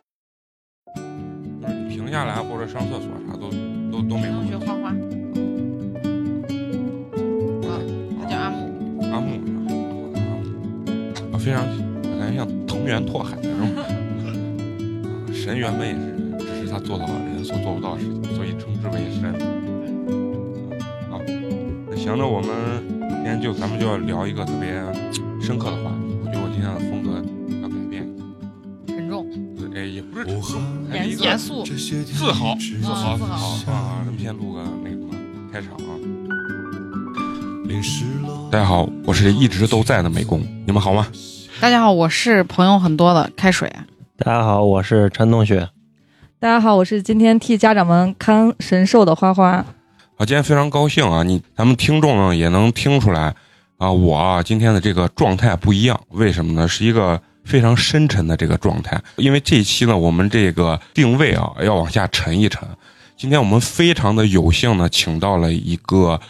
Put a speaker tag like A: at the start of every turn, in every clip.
A: 就是你停下来或者上厕所啥都都都没
B: 然后
A: 问
B: 学
A: 题。
B: 画画。啊，他叫阿木，
A: 阿木啊，啊，非常感觉像藤原拓海那种啊 神原本也是，只是他做到了人所做不到的事情，所以称之为神。啊，好那行，那我们今天就咱们就要聊一个特别深刻的话题，我觉得我今天的风格要改变一下，
B: 沉重，
A: 对哎，也不是
B: 严
A: 一个
B: 严肃，
A: 自豪，自
B: 豪
A: 自
B: 自豪
A: 豪啊！咱们先录个那个什么开场啊。大家好，我是一直都在的美工，你们好吗？
B: 大家好，我是朋友很多的开水，啊
C: 大家好，我是陈同学。
D: 大家好，我是今天替家长们看神兽的花花。
A: 啊，今天非常高兴啊！你咱们听众呢也能听出来啊，我啊今天的这个状态不一样，为什么呢？是一个非常深沉的这个状态，因为这一期呢，我们这个定位啊要往下沉一沉。今天我们非常的有幸呢，请到了一个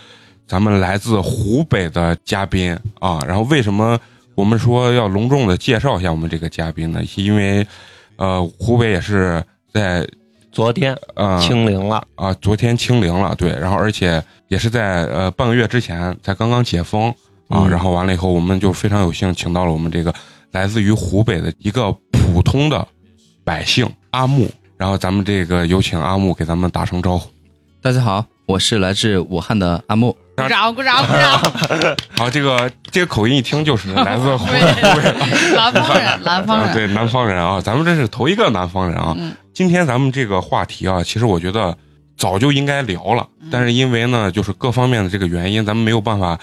A: 咱们来自湖北的嘉宾啊。然后为什么我们说要隆重的介绍一下我们这个嘉宾呢？是因为呃，湖北也是在
C: 昨天
A: 呃
C: 清零了，
A: 啊，昨天清零了，对，然后而且也是在呃半个月之前才刚刚解封啊，
C: 嗯
A: 然后完了以后，我们就非常有幸请到了我们这个来自于湖北的一个普通的百姓阿木，然后咱们这个有请阿木给咱们打声招呼。
E: 大家好，我是来自武汉的阿木。
B: 鼓掌鼓 掌鼓掌，
A: 好，这个这个口音一听就是来自湖北
B: 对，南方人，南方
A: 啊，
B: 人，
A: 对南方人啊，咱们这是头一个南方人啊。
B: 嗯
A: 今天咱们这个话题啊，其实我觉得早就应该聊了，
B: 嗯
A: 但是因为呢，就是各方面的这个原因，咱们没有办法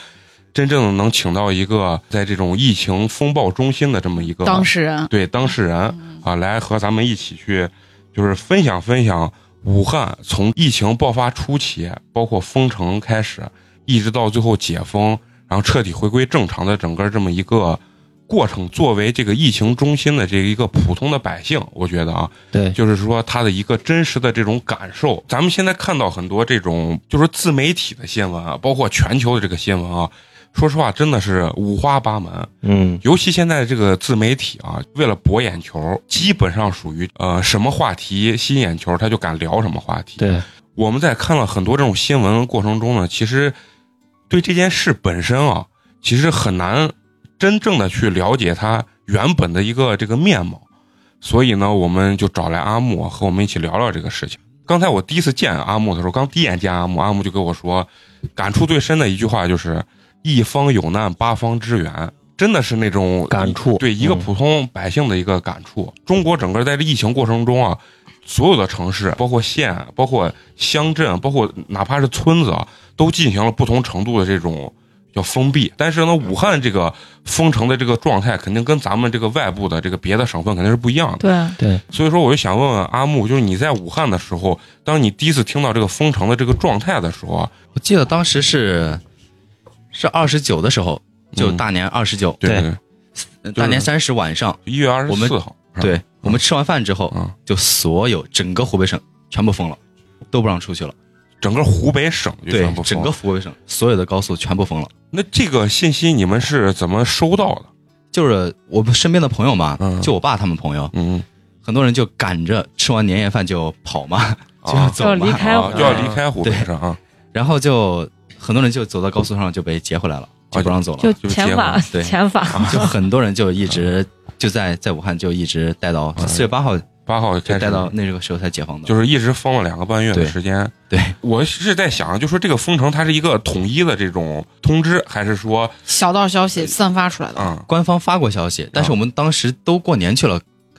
A: 真正的能请到一个在这种疫情风暴中心的这么一个
B: 当事人，嗯
A: 对当事人啊，来和咱们一起去就是分享分享武汉从疫情爆发初期，包括封城开始，一直到最后解封，然后彻底回归正常的整个这么一个过程。作为这个疫情中心的这一个普通的百姓，我觉得啊，
C: 对，
A: 就是说他的一个真实的这种感受。咱们现在看到很多这种就是自媒体的新闻啊，包括全球的这个新闻啊，说实话真的是五花八门。
C: 嗯，
A: 尤其现在这个自媒体啊，为了博眼球，基本上属于呃什么话题吸引眼球，他就敢聊什么话题。
C: 对，
A: 我们在看了很多这种新闻过程中呢，其实对这件事本身啊，其实很难真正的去了解它原本的一个这个面貌。所以呢，我们就找来阿木和我们一起聊聊这个事情。刚才我第一次见阿木的时候，刚第一眼见阿木，阿木就跟我说，感触最深的一句话就是“一方有难，八方支援”，真的是那种
C: 感触
A: 对一个
C: 嗯
A: 普通百姓的一个感触。中国整个在这疫情过程中啊，所有的城市，包括县，包括乡镇，包括哪怕是村子啊，都进行了不同程度的这种叫封闭。但是呢，
E: 嗯
A: 武汉这个封城的这个状态，肯定跟咱们这个外部的这个别的省份肯定是不一样的。
B: 对，
A: 所以说，我就想问问阿木，就是你在武汉的时候，当你第一次听到这个封城的这个状态的时候啊，
E: 我记得当时是是二十九的时候，就
A: 嗯
E: 大年二十九，
A: 对
C: 对
A: 对，
E: 呃
A: 就是
E: 大年三十晚上，
A: 一月二
E: 我
A: 十
E: 们
A: 四号，是吧，
E: 对我们吃完饭之后，
A: 嗯
E: 就所有整个湖北省全部封了，都不让出去了。
A: 整个湖北省就
E: 对
A: 全部，封
E: 整
A: 了
E: 个湖北省所有的高速全部封了。
A: 那这个信息你们是怎么收到的？
E: 就是我们身边的朋友嘛
A: 嗯，
E: 就我爸他们朋友，
A: 嗯，
E: 很多人就赶着吃完年夜饭就跑嘛，就
A: 啊
E: 走嘛
D: 哦就离开
A: 啊，
D: 湖
A: 要离开湖北
E: 对
A: 省啊，
E: 然后就很多人就走到高速上就被截回来了，哦就不让走了。
D: 就
A: 就是
D: 前
A: 结
D: 法
A: 婚，
E: 对
D: 前法，
C: 啊
E: 就很多人就一直就在在武汉就一直待到
C: 啊
A: 嗯
E: 四月八号，就
A: 八号开始
E: 待到那个时候才解放的。
A: 就是一直封了两个半月的
E: 对
A: 时间。
E: 对，
A: 我是在想，就说这个封城它是一个统一的这种通知，还是说，
B: 小道消息散发出来的，
A: 嗯，
C: 啊
E: 官方发过消息，但是我们当时都过年去了，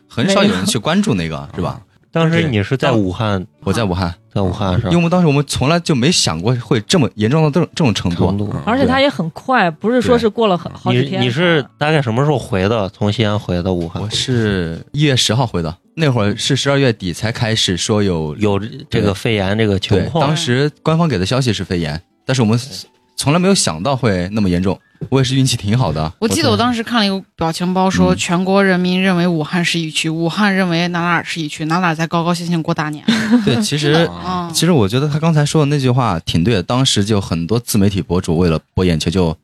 E: 很少有人去关注那个，是吧？？
C: 当时
E: 对
C: 你是在
E: 当
C: 武汉，
E: 我在武汉，
C: 在武啊汉是吧
E: 因为我们当时我们从来就没想过会这么严重到这种这种程
C: 成
E: 度。啊
A: 嗯
C: 都。
D: 而且他也很快，不是说是过了很好几
C: 你
D: 天。
C: 你是大概什么时候回的？从西安回的武汉
E: 我？是一月十号回的，那会儿是十二月底才开始说有
C: 有这个肺炎这个情
E: 对，
C: 况
E: 当时官方给的消息是肺炎，但是我们从来没有想到会那么严重。我也是运气挺好的，
B: 我记得我当时看了一个表情包，说
E: 嗯
B: 全国人民认为武汉是疫区，武汉认为哪哪是疫区，哪哪在高高兴兴过 大年。
E: 对，
B: 真
E: 其实
B: 的嗯，
E: 其实我觉得他刚才说的那句话挺对的，当时就很多自媒体博主为了博眼球就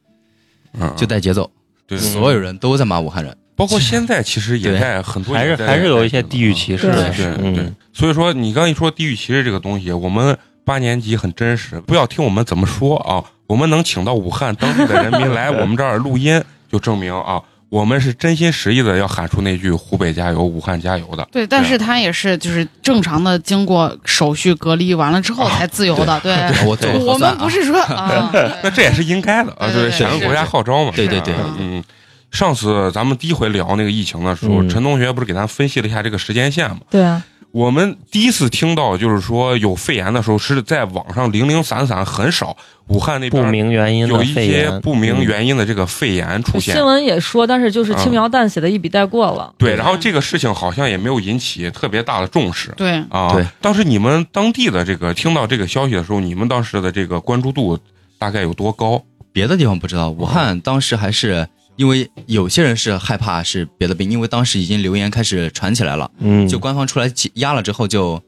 A: 嗯，
E: 就带节奏，
A: 对，
E: 所有人都在骂武汉人，
A: 包括现在其实也
E: 对
A: 在很多
C: 还是
A: 也在嗯
C: 还是有一些地域歧视
A: 对
C: 的，
A: 对对
C: 嗯，
A: 所以说你刚一说地域歧视这个东西，我们八年级很真实，不要听我们怎么说啊，我们能请到武汉当地的人民来我们这儿录音，就证明啊，我们是真心实意的要喊出那句“湖北加油，武汉加油”的。
B: 对，但是他也是就是正常的经过手续隔离完了之后才自由的，对。
E: 啊我做过
B: 我
E: 核酸
B: 们
E: 啊
B: 不是说啊，
A: 那这也是应该的啊，
B: 对对
A: 对，
B: 对
A: 响应
B: 是
A: 国家号召嘛。
E: 对对
A: 是吧
E: 对
A: 嗯。上次咱们第一回聊那个疫情的时候，
C: 嗯
A: 陈同学不是给咱分析了一下这个时间线嘛？
D: 对啊，
A: 我们第一次听到就是说有肺炎的时候，是在网上零零散散很少，武汉那
C: 不
A: 边
C: 明原因
A: 有
C: 的
A: 一
C: 肺
A: 些
C: 炎，嗯
A: 不明原因的这个肺炎出现
D: 新。闻也说，但是就是轻描淡写的一笔带过了。
A: 对，然后这个事情好像也没有引起特别大的重视
B: 对，
A: 啊。
E: 对，
A: 当时你们当地的这个听到这个消息的时候，你们当时的这个关注度大概有多高？
E: 别的地方不知道，武汉当时还是因为有些人是害怕是别的病，因为当时已经流言开始传起来了，
C: 嗯，
E: 就官方出来解压了之后就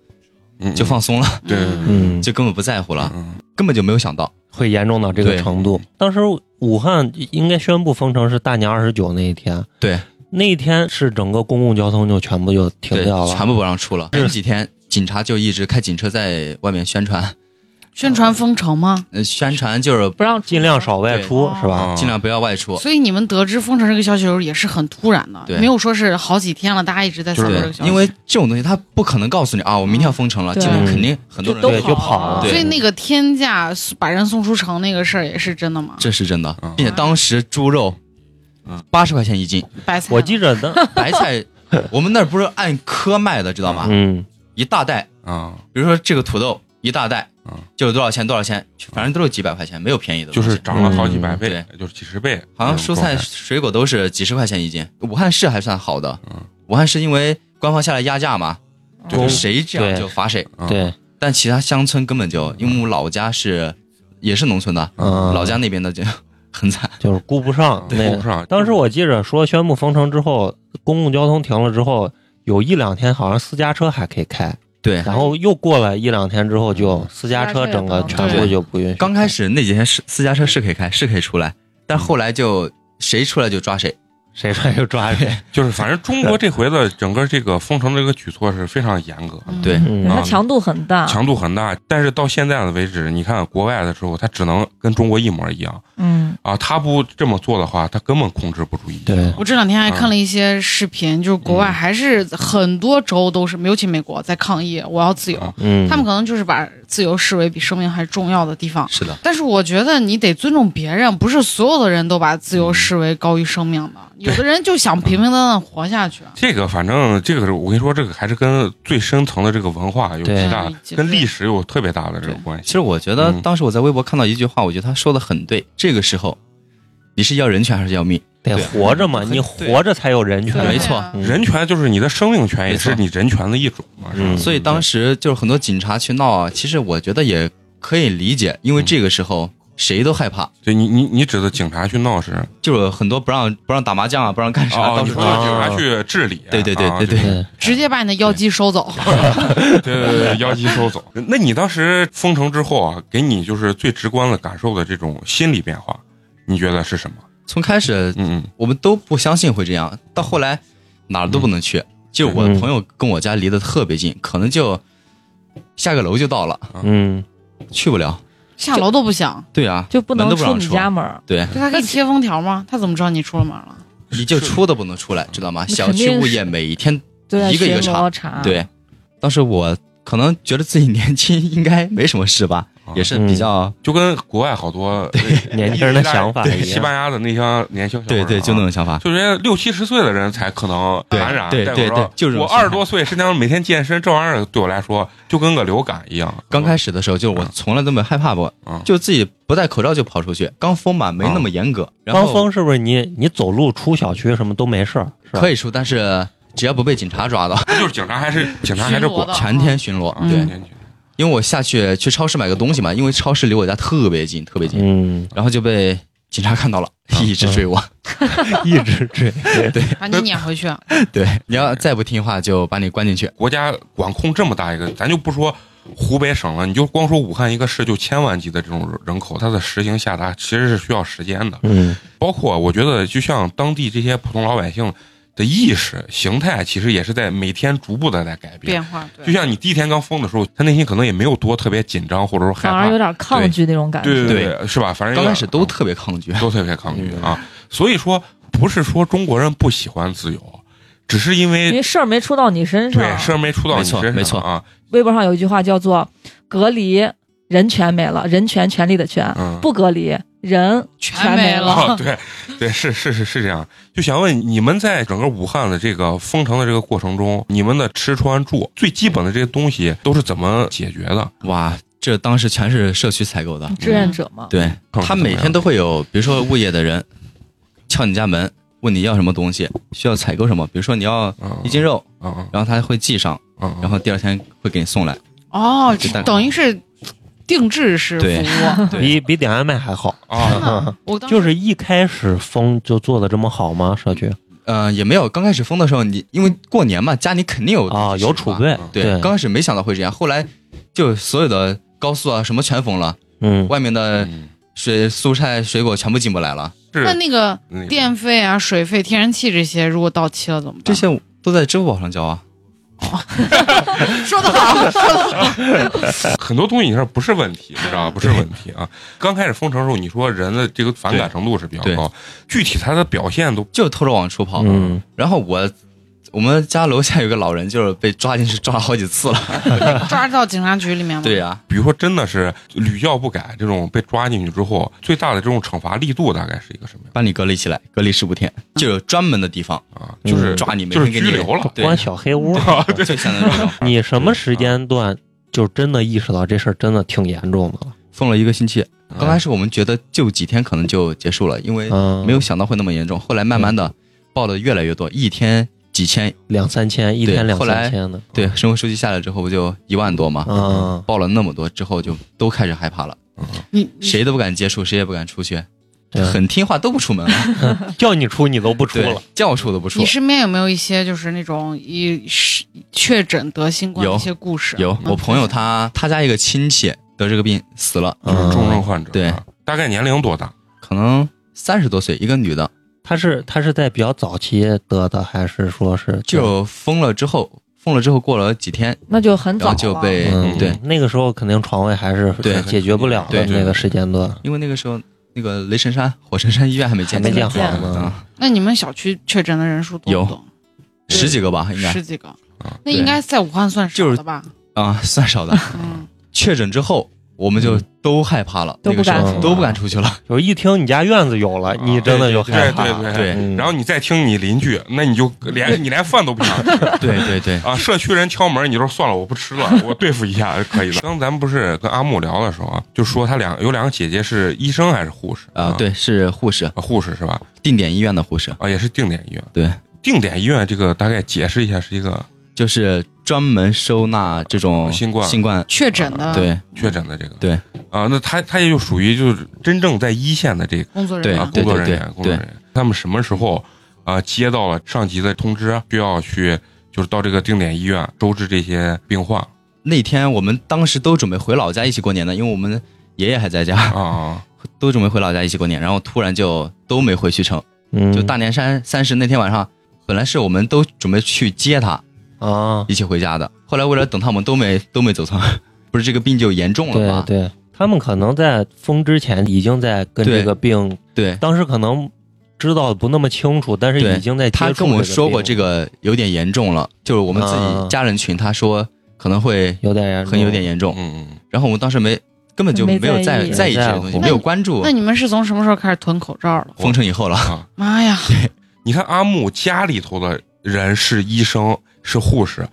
A: 嗯，
E: 就放松了，
A: 对
B: 嗯
C: 嗯
E: 就根本不在乎了，
A: 嗯
E: 根本就没有想到。
C: 会严重到这个
E: 对
C: 程度。当时武汉应该宣布封城是大年二十九那一天，
E: 对，
C: 那一天是整个公共交通就全部就停
E: 对，
C: 掉了，
E: 全部不让出了。这几天警察就一直开警车在外面宣传，
B: 宣传封城吗？
E: 呃，宣传就是
D: 不让出
C: 尽量少外出
B: 对
C: 是吧？
A: 啊
E: 尽量不要外出。
B: 所以你们得知封城这个消息的时候也是很突然的，
E: 对
B: 没有说是好几天了，大家一直在搜
A: 就
B: 这
A: 是
B: 个
E: 对
B: 消，息。
E: 因为这种东西他不可能告诉你啊，我明天要封城了，
D: 对
E: 今天肯定很多人
D: 都
C: 对，就跑了。
D: 对
B: 所以那个天价把人送出城那个事儿也是真的吗？
E: 这是真的
A: 嗯，
E: 并且当时猪肉
A: 嗯
E: 八十块钱一斤，
B: 白菜 吗，啊
C: 我记着当，
E: 白菜我们那儿不是按颗卖的，知道吗？
C: 嗯，
E: 一大袋，
A: 啊，
E: 比如说这个土豆一大袋
A: 嗯，
E: 就是多少钱多少钱，反正都是几百块钱，没有便宜的
A: 就
E: 东西。
A: 是涨了好几百
C: 嗯
A: 倍，就是几十倍。
E: 好像
A: 这种
E: 蔬菜
A: 状态
E: 水果都是几十块钱一斤。武汉市还算好的，
A: 嗯
E: 武汉市因为官方下来压价嘛，就是谁这样
C: 对
E: 就罚谁。
A: 啊
C: 对，
E: 但其他乡村根本就，
A: 嗯
E: 因为我们老家是也是农村的，
C: 嗯，
E: 老家那边的就很惨。
C: 就是顾不上
A: 对
C: 那
A: 顾不上
C: 当时我记着说宣布封城之后，公共交通停了之后，有一两天好像私家车还可以开，
E: 对，
C: 然后又过了一两天之后，就私家车整个全部就不允许。
E: 刚开始那几天是私家车是可以开，是可以出来，但后来就谁出来就抓谁。
C: 谁出来就抓谁，
A: 就是，反正中国这回的整个这个封城的这个举措是非常严格的。
B: 嗯
E: 对
D: 对
C: 嗯
D: 它强度很大。
A: 强度很大，但是到现在的为止，你看国外的时候，它只能跟中国一模一样
D: 嗯，
A: 啊！他不这么做的话，他根本控制不住疫情。
C: 对
B: 我这两天还看了一些视频，就是国外还是很多州都是，尤其美国在抗议我要自由，
A: 啊
C: 嗯，
B: 他们可能就是把自由视为比生命还重要的地方。
E: 是的，
B: 但是我觉得你得尊重别人，不是所有的人都把自由视为高于生命的。有的人就想平平淡淡活下去。啊
A: 这个反正这个是我跟你说，这个还是跟最深层的这个文化有
C: 对
A: 极大
B: 嗯，
A: 跟历史有特别大的这个关
E: 其
A: 系。
E: 实我觉得
A: 嗯
E: 当时我在微博看到一句话，我觉得他说的很对。这个时候，你是要人权还是要命？
C: 得活着嘛，
E: 对
C: 你活着才有人
B: 对
C: 权。
E: 没错
B: 啊
C: 嗯
A: 人权就是你的生命权，也
E: 没错
A: 是你人权的一种嘛。是吧
C: 嗯
E: 所以当时就是很多警察去闹啊，其实我觉得也可以理解，因为这个时候谁都害
C: 嗯
E: 怕，
A: 对你你你指的警察去闹事啊
E: 就是很多不让不让打麻将啊，不让干啥，
A: 哦
E: 到
A: 你
E: 处
A: 说
E: 都是
A: 警察去治理？
E: 对对对
A: 啊
E: 对对
C: 哦对
B: 直接把你的药剂收走。
A: 对 对对，妖姬收走。那你当时封城之后啊，给你就是最直观的感受的这种心理变化，你觉得是什么？
E: 从开始
A: 嗯
E: 我们都不相信会这样，到后来哪儿都不能去，就我
C: 嗯
E: 朋友跟我家离得特别近，可能就下个楼就到了，
C: 嗯，
E: 去不了。
B: 下楼都不 想，
E: 对啊，
D: 就不
E: 门
D: 能
E: 都不
D: 出
E: 让
D: 你家门儿。
E: 对，
B: 对他给你贴封条吗？他怎么知道你出了门了？
E: 你就是出都不能出来，知道吗？
D: 那
E: 小
D: 肯定
E: 区物
D: 是
E: 业每天
D: 对啊，
E: 一个一个
D: 巡逻查。
E: 对，当时我可能觉得自己年轻，应该没什么事吧，也是比较
A: 就跟国外好 多
C: 年轻人的想法
A: 对
C: 一样
A: 西班牙的那些年轻小孩
E: 对
A: 儿
E: 对，
A: 啊
E: 就那种想法。
A: 就人家六七十岁的人才可能
E: 对
A: 感染，
E: 对
A: 戴口
E: 对
A: 罩
E: 对就是这
A: 我
E: 种
A: 二十多岁，实际上每天健身，这玩意儿对我来说就跟个流感一样。
E: 刚开始的时候，就我
A: 嗯
E: 从来都没害怕过
A: 嗯，
E: 就自己不戴口罩就跑出去。刚封嘛，没那么严格，然后
C: 刚封嗯是不是你你走路出小区什么都没事儿？是吧
E: 可以出，但是只要不被警察抓到，
A: 就是警察还是警
E: 啊
A: 察还是管
B: 巡逻的
E: 全天巡逻。
A: 啊，
D: 嗯
E: 对，
A: 年轻
E: 因为我下去去超市买个东西嘛，因为超市离我家特别近，特别近，
C: 嗯，
E: 然后就被警察看到了， 一直追我。
C: 一直追，
B: 把你撵回去。
E: 对，你要再不听话就把你关进去。
A: 国家管控这么大一个，咱就不说湖北省了，你就光说武汉一个市就千万级的这种人口，它的实行下达其实是需要时间的。
C: 嗯
A: 包括我觉得，就像当地这些普通老百姓的意识形态，其实也是在每天逐步的在改变。
B: 变化，对
A: 就像你第一天刚封的时候，他内心可能也没有多特别紧张或者说害
D: 反而有
A: 怕，
D: 点抗拒那种感
A: 对
D: 觉。
E: 对
A: 对，是吧？反正有
E: 刚
A: 点嗯
E: 开始都特别嗯抗拒，
A: 哎都特别抗拒啊。所以说，不是说中国人不喜欢自由，只是因
D: 因
A: 为
D: 为事儿没出到你身上，
A: 对事儿没出到你
E: 没
A: 身
E: 错
A: 上，
E: 没错
A: 啊，
D: 微博上有一句话叫做“隔离人权没了，人权权利的权，
A: 嗯，
D: 不隔离人
B: 全
D: 全 没
B: 没
D: 了
B: 了。
A: 啊，对，对，是是是是这样。就想问你们在整个武汉的这个封城的这个过程中，你们的吃穿住最基本的这些东西都是怎么解决的？
E: 哇，这当时全是社区采购的。
D: 志愿者嘛。
E: 对
A: 嗯
E: 他每天都会有，比如说物业的人敲你家门，问你要什么东西，需要采购什么。比如说你要
A: 嗯
E: 一斤肉，
A: 嗯嗯
E: 然后他会记上，
A: 嗯，
E: 然后第二天会给你送来。
B: 哦，
E: 就
B: 这
E: 蛋糕
B: 等于是定制式服
E: 对
B: 务。
E: 对
C: 比比点外卖还好。
A: 啊，
B: 我当时
C: 就是一开始封就做的这么好吗？社区
E: 呃，也没有，刚开始封的时候，你因为过年嘛，家里肯定有
C: 啊，
E: 吃
C: 有
E: 的
C: 储
E: 吧。嗯
C: 备，
E: 对，刚开始没想到会这样，后来就所有的高速啊什么全封了，
C: 嗯，
E: 外面的
A: 嗯
E: 水蔬菜水果全部进不来了，
A: 是
B: 那那个
A: 那个
B: 电费啊、水费、天然气这些，如果到期了怎么办？
E: 这些都在支付宝上交啊。
B: 说得 好，
A: 很多东西你说不是问题，你知道吧？不是问题啊。刚开始封城的时候，你说人的这个反感程度是比较
E: 对
A: 高，具体它的表现都
E: 就偷着往出跑。
C: 嗯，
E: 然后我我们家楼下有个老人，就是被抓进去抓了好几次了。
B: 抓到警察局里面吗？
E: 对呀、
A: 比如说真的是屡教不改这种被抓进去之后，最大的这种惩罚力度大概是一个什么样
E: 把你隔离起来，隔离十五天，就有专门的地方
A: 啊？
C: 嗯
A: 就是
E: 抓你，每
A: 就是
E: 天给
A: 拘
E: 你
A: 留了，
E: 对
C: 关 小黑屋。
E: 嗯对，啊就相当于这种。
C: 你什么时间段就真的意识到这事儿真的挺严重的了？
E: 封了一个星期，刚开
A: 始
E: 始我们觉得就几天可能就结束了，因为
C: 嗯，
E: 哎没有想到会那么严重。后来慢慢的报的越来越多，一天几千，
C: 两三千，一
E: 对
C: 天两
E: 后来
C: 三千的，
E: 对，生活收集下来之后不就一万多嘛。
C: 嗯，
E: 报了那么多之后，就都开始害怕了，
B: 你
E: 谁都不敢接触，谁也不敢出去，
C: 对啊
E: 很听话都不出门了，
C: 叫你出你都不 出
E: 对
C: 了，，
E: 叫出都不出
B: 你。身边有没有一些就是那种一是确诊得新冠的
E: 有
B: 一些故事？
E: 有
B: 嗯
E: 我朋友他他家一个亲戚得这个病死了，
A: 就是重症
C: 嗯，
A: 患者，啊
E: 对，
A: 大概年龄多大？
E: 可能三十多岁，一个女的，
C: 他是他是在比较早期得的，还是说是
E: 就封了之后，封了之后过了几天，
D: 那就很
E: 嗯然
D: 早啊
E: 后就
D: 了
E: 被
C: 嗯
E: 对，
C: 那个时候肯定床位还是
E: 对
C: 解决不了的
E: 对
A: 对
C: 那个时间段，
E: 因为那个时候那个雷神山火神山医院还没建
C: 还
E: 起
C: 没
E: 来
C: 建好呢
E: 嗯
B: 那你们小区确诊的人数多不多？
E: 十几个吧，应该
B: 十几个
A: 啊，
B: 那应该在武汉算少的吧？
E: 啊，算少的。
B: 嗯，
E: 确诊之后，我
A: 嗯
E: 们就都害怕了，
D: 都
E: 那个
D: 不
E: 时
D: 敢
E: 候
C: 出
E: 都不敢出去 了。
C: 就是一听你家院子有了，你真的就害
A: 对
C: 怕
A: 对
C: 了，
A: 对。
E: 啊对
C: 嗯
A: 然后你再听你邻居，那你就连你连饭都不想吃
E: 对对对，
A: 啊！社区人敲门，你说算了，我不吃了，我对付一下就可以了。刚咱们不是跟阿木聊的时候啊，就说他两有两个姐姐是医生还是护士
E: 啊，对，是护士，
A: 啊护士是吧？
E: 定点医院的护士，
A: 啊，也是定点医院。
E: 对，
A: 定点医院这个大概解释一下，是一个
E: 就是专门收纳这种
A: 新冠
E: 新冠，
B: 确诊的
E: 对
A: 确诊的这个。
E: 对
A: 啊，那他他也就属于就是真正在一线的这个
B: 工作人
E: 对
A: 啊
B: 员
A: 工作人
E: 对
A: 员，工作人员，他们什么时候啊接到了上级的通知，啊需要去就是到这个定点医院收治这些病患
E: 那天我们当时都准备回老家一起过年的，因为我们爷爷还在家，
A: 啊？
E: 都准备回老家一起过年，然后突然就都没回去成。
C: 嗯，
E: 就大年三三十那天晚上，本来是我们都准备去接他
C: 啊，
E: 一起回家的，后来为了等他，我们都没都没走成。 不是这个病就严重了
C: 对
E: 吗？
C: 对，他们可能在封之前已经在跟
E: 对
C: 这个病，
E: 对，
C: 当时可能知道不那么清楚，但是
E: 对
C: 已经在接
E: 他
C: 触
E: 跟我说过
C: 这
E: 这
C: 个
E: 个有点严重了，就是我们自
C: 啊
E: 己家人群，他说可能会
C: 病有点严重
E: 很有点严重。
A: 嗯嗯
E: 然后我们当时没根本就
D: 没
E: 没有
D: 在
E: 在
D: 意
E: 意这些东西，
C: 没在乎
E: 没有关注
B: 那。你们是从什么时候开始囤口罩了？
E: 封城以后了，
A: 啊！
B: 妈呀，
A: 你看阿木家里头的人是医生是护士，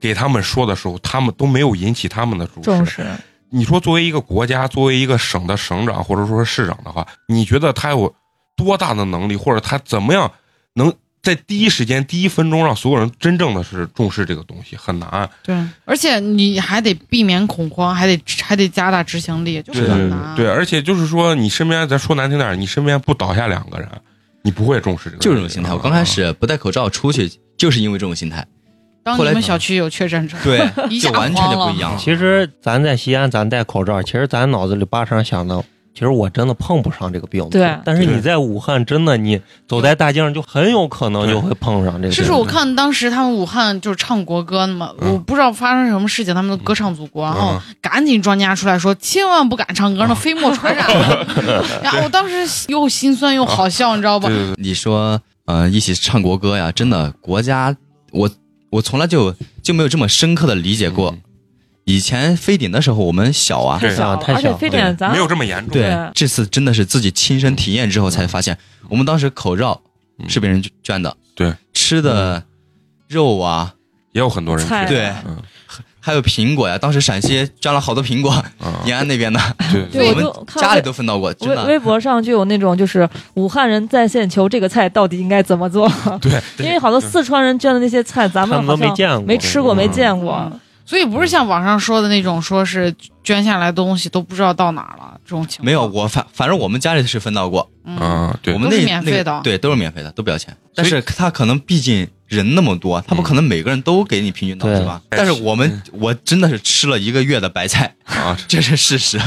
A: 给他们说的时候，他们都没有引起他们的重视。
D: 重视，啊
A: 你说作为一个国家，作为一个省的省长或者说是市长的话，你觉得他有多大的能力，或者他怎么样能在第一时间、第一分钟让所有人真正的是重视这个东西？很难。
B: 对，而且你还得避免恐慌，还得还得加大执行力，就
A: 对
B: 很
D: 啊
B: 难。
A: 对，而且就是说，你身边咱说难听点儿，你身边不倒下两个人，你不会重视这个东西。
E: 就是这种心态。我刚开
A: 啊，
C: 哦
E: 始不戴口罩出去，就是因为这种心态，
B: 当你们小区有确诊者，
E: 对，
B: 一下
E: 就完全就不 一样了。
C: 其实咱在西安，咱戴口罩，其实咱脑子里八成想的，其实我真的碰不上这个病毒。
D: 对
C: 但是
A: 对
C: 你在武汉，真的你走在大街上，就很有可能就会碰上这个病毒。
B: 是不是我看当时他们武汉就是唱国歌呢嘛，
A: 嗯
B: 我不知道发生什么事情，他们都歌唱祖
A: 啊
B: 国，然后赶紧专家出来说，千万不敢唱歌，那飞沫传染。然后我当时又心酸又好笑，你知道吧
A: 对？对对，
E: 你说，呃，一起唱国歌呀，真的，国家，我我从来就就没有这么深刻的理解过。
A: 嗯
E: 以前非典的时候，我们小啊，
A: 对
C: 小太
D: 而且
C: 小
D: 非典咱
A: 没有这么严重。
E: 对
D: 对，
E: 这次真的是自己亲身体验之后才发现，我们当时口罩
A: 嗯
E: 是别人捐的，
A: 对，
E: 吃的肉啊，
A: 也有很多人
D: 菜
A: 去
D: 啊
E: 对
A: 嗯
E: 还有苹果呀，当时陕西捐了好多苹果，
A: 啊，
E: 延安那边的，
A: 对
D: 对
E: 我
D: 我
E: 们
D: 就看
E: 家里
D: 微
E: 都分到过，真
D: 微
E: 的。
D: 微博上就有那种就是武汉人在线求这个菜到底应该怎么做，
A: 对，
D: 因为好多四川人捐的那些菜，咱
C: 他
D: 们
C: 们
D: 好
C: 都
D: 像
C: 没见过，
D: 没吃过，
A: 嗯
D: 没见过
B: 嗯。所以不是像网上说的那种，说是捐下来的东西都不知道到哪儿了这种情况。
E: 没有，，我反反正我们家里是分到过，
B: 嗯，
A: 啊，对
E: 我，们
B: 都
E: 那
B: 是免费的
E: 那个对，都是免费的，都不要钱。但
A: 所以嗯
E: 是他可能毕竟人那么多，他不可能每个人都给你平均到，
C: 对
E: 是吧？但是我们我真的是吃了一个月的白菜，
A: 啊，
E: 这是事实。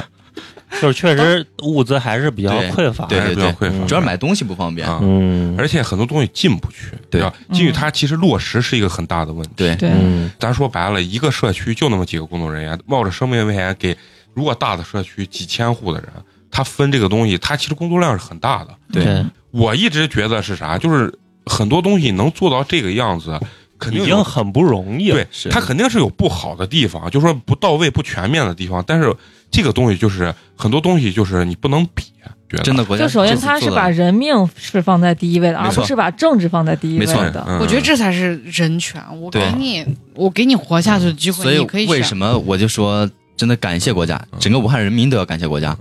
C: 就是确实物资还是比较
E: 对
C: 匮乏。
E: 对
A: 还是比较匮乏，
C: 嗯
E: 主要是买东西不方便。
A: 啊，
C: 嗯，
A: 而且很多东西进不去，
E: 对
A: 吧？进去
D: 嗯
A: 它其实落实是一个很大的问题。
E: 对，
D: 对，
C: 嗯，
A: 咱说白了，一个社区就那么几个工作人员，冒着生命危险给如果大的社区几千户的人，他分这个东西，他其实工作量是很大的。
E: 对
A: 我一直觉得是啥，就是很多东西能做到这个样子，肯定
C: 已
A: 有
C: 经很不容易了。
A: 对
E: 是，
A: 它肯定是有不好的地方，就说不到位、不全面的地方。但是这个东西就是很多东西就是你不能比，觉得
E: 真的国家
D: 就首先
E: 这次
D: 他
E: 做
D: 是
E: 得
D: 把人命是放在第一位的，
E: 没
D: 而
E: 错
D: 不是把政治放在第一
E: 没
D: 位
E: 错
D: 的。
A: 嗯
B: 我觉得这才是人权。我给
E: 对
B: 你，我给你活下去的机会，
E: 所以
B: 你可以
E: 为
B: 选。
E: 什么我就说真的感谢国家
A: 嗯，
E: 整个武汉人民都要感谢国家。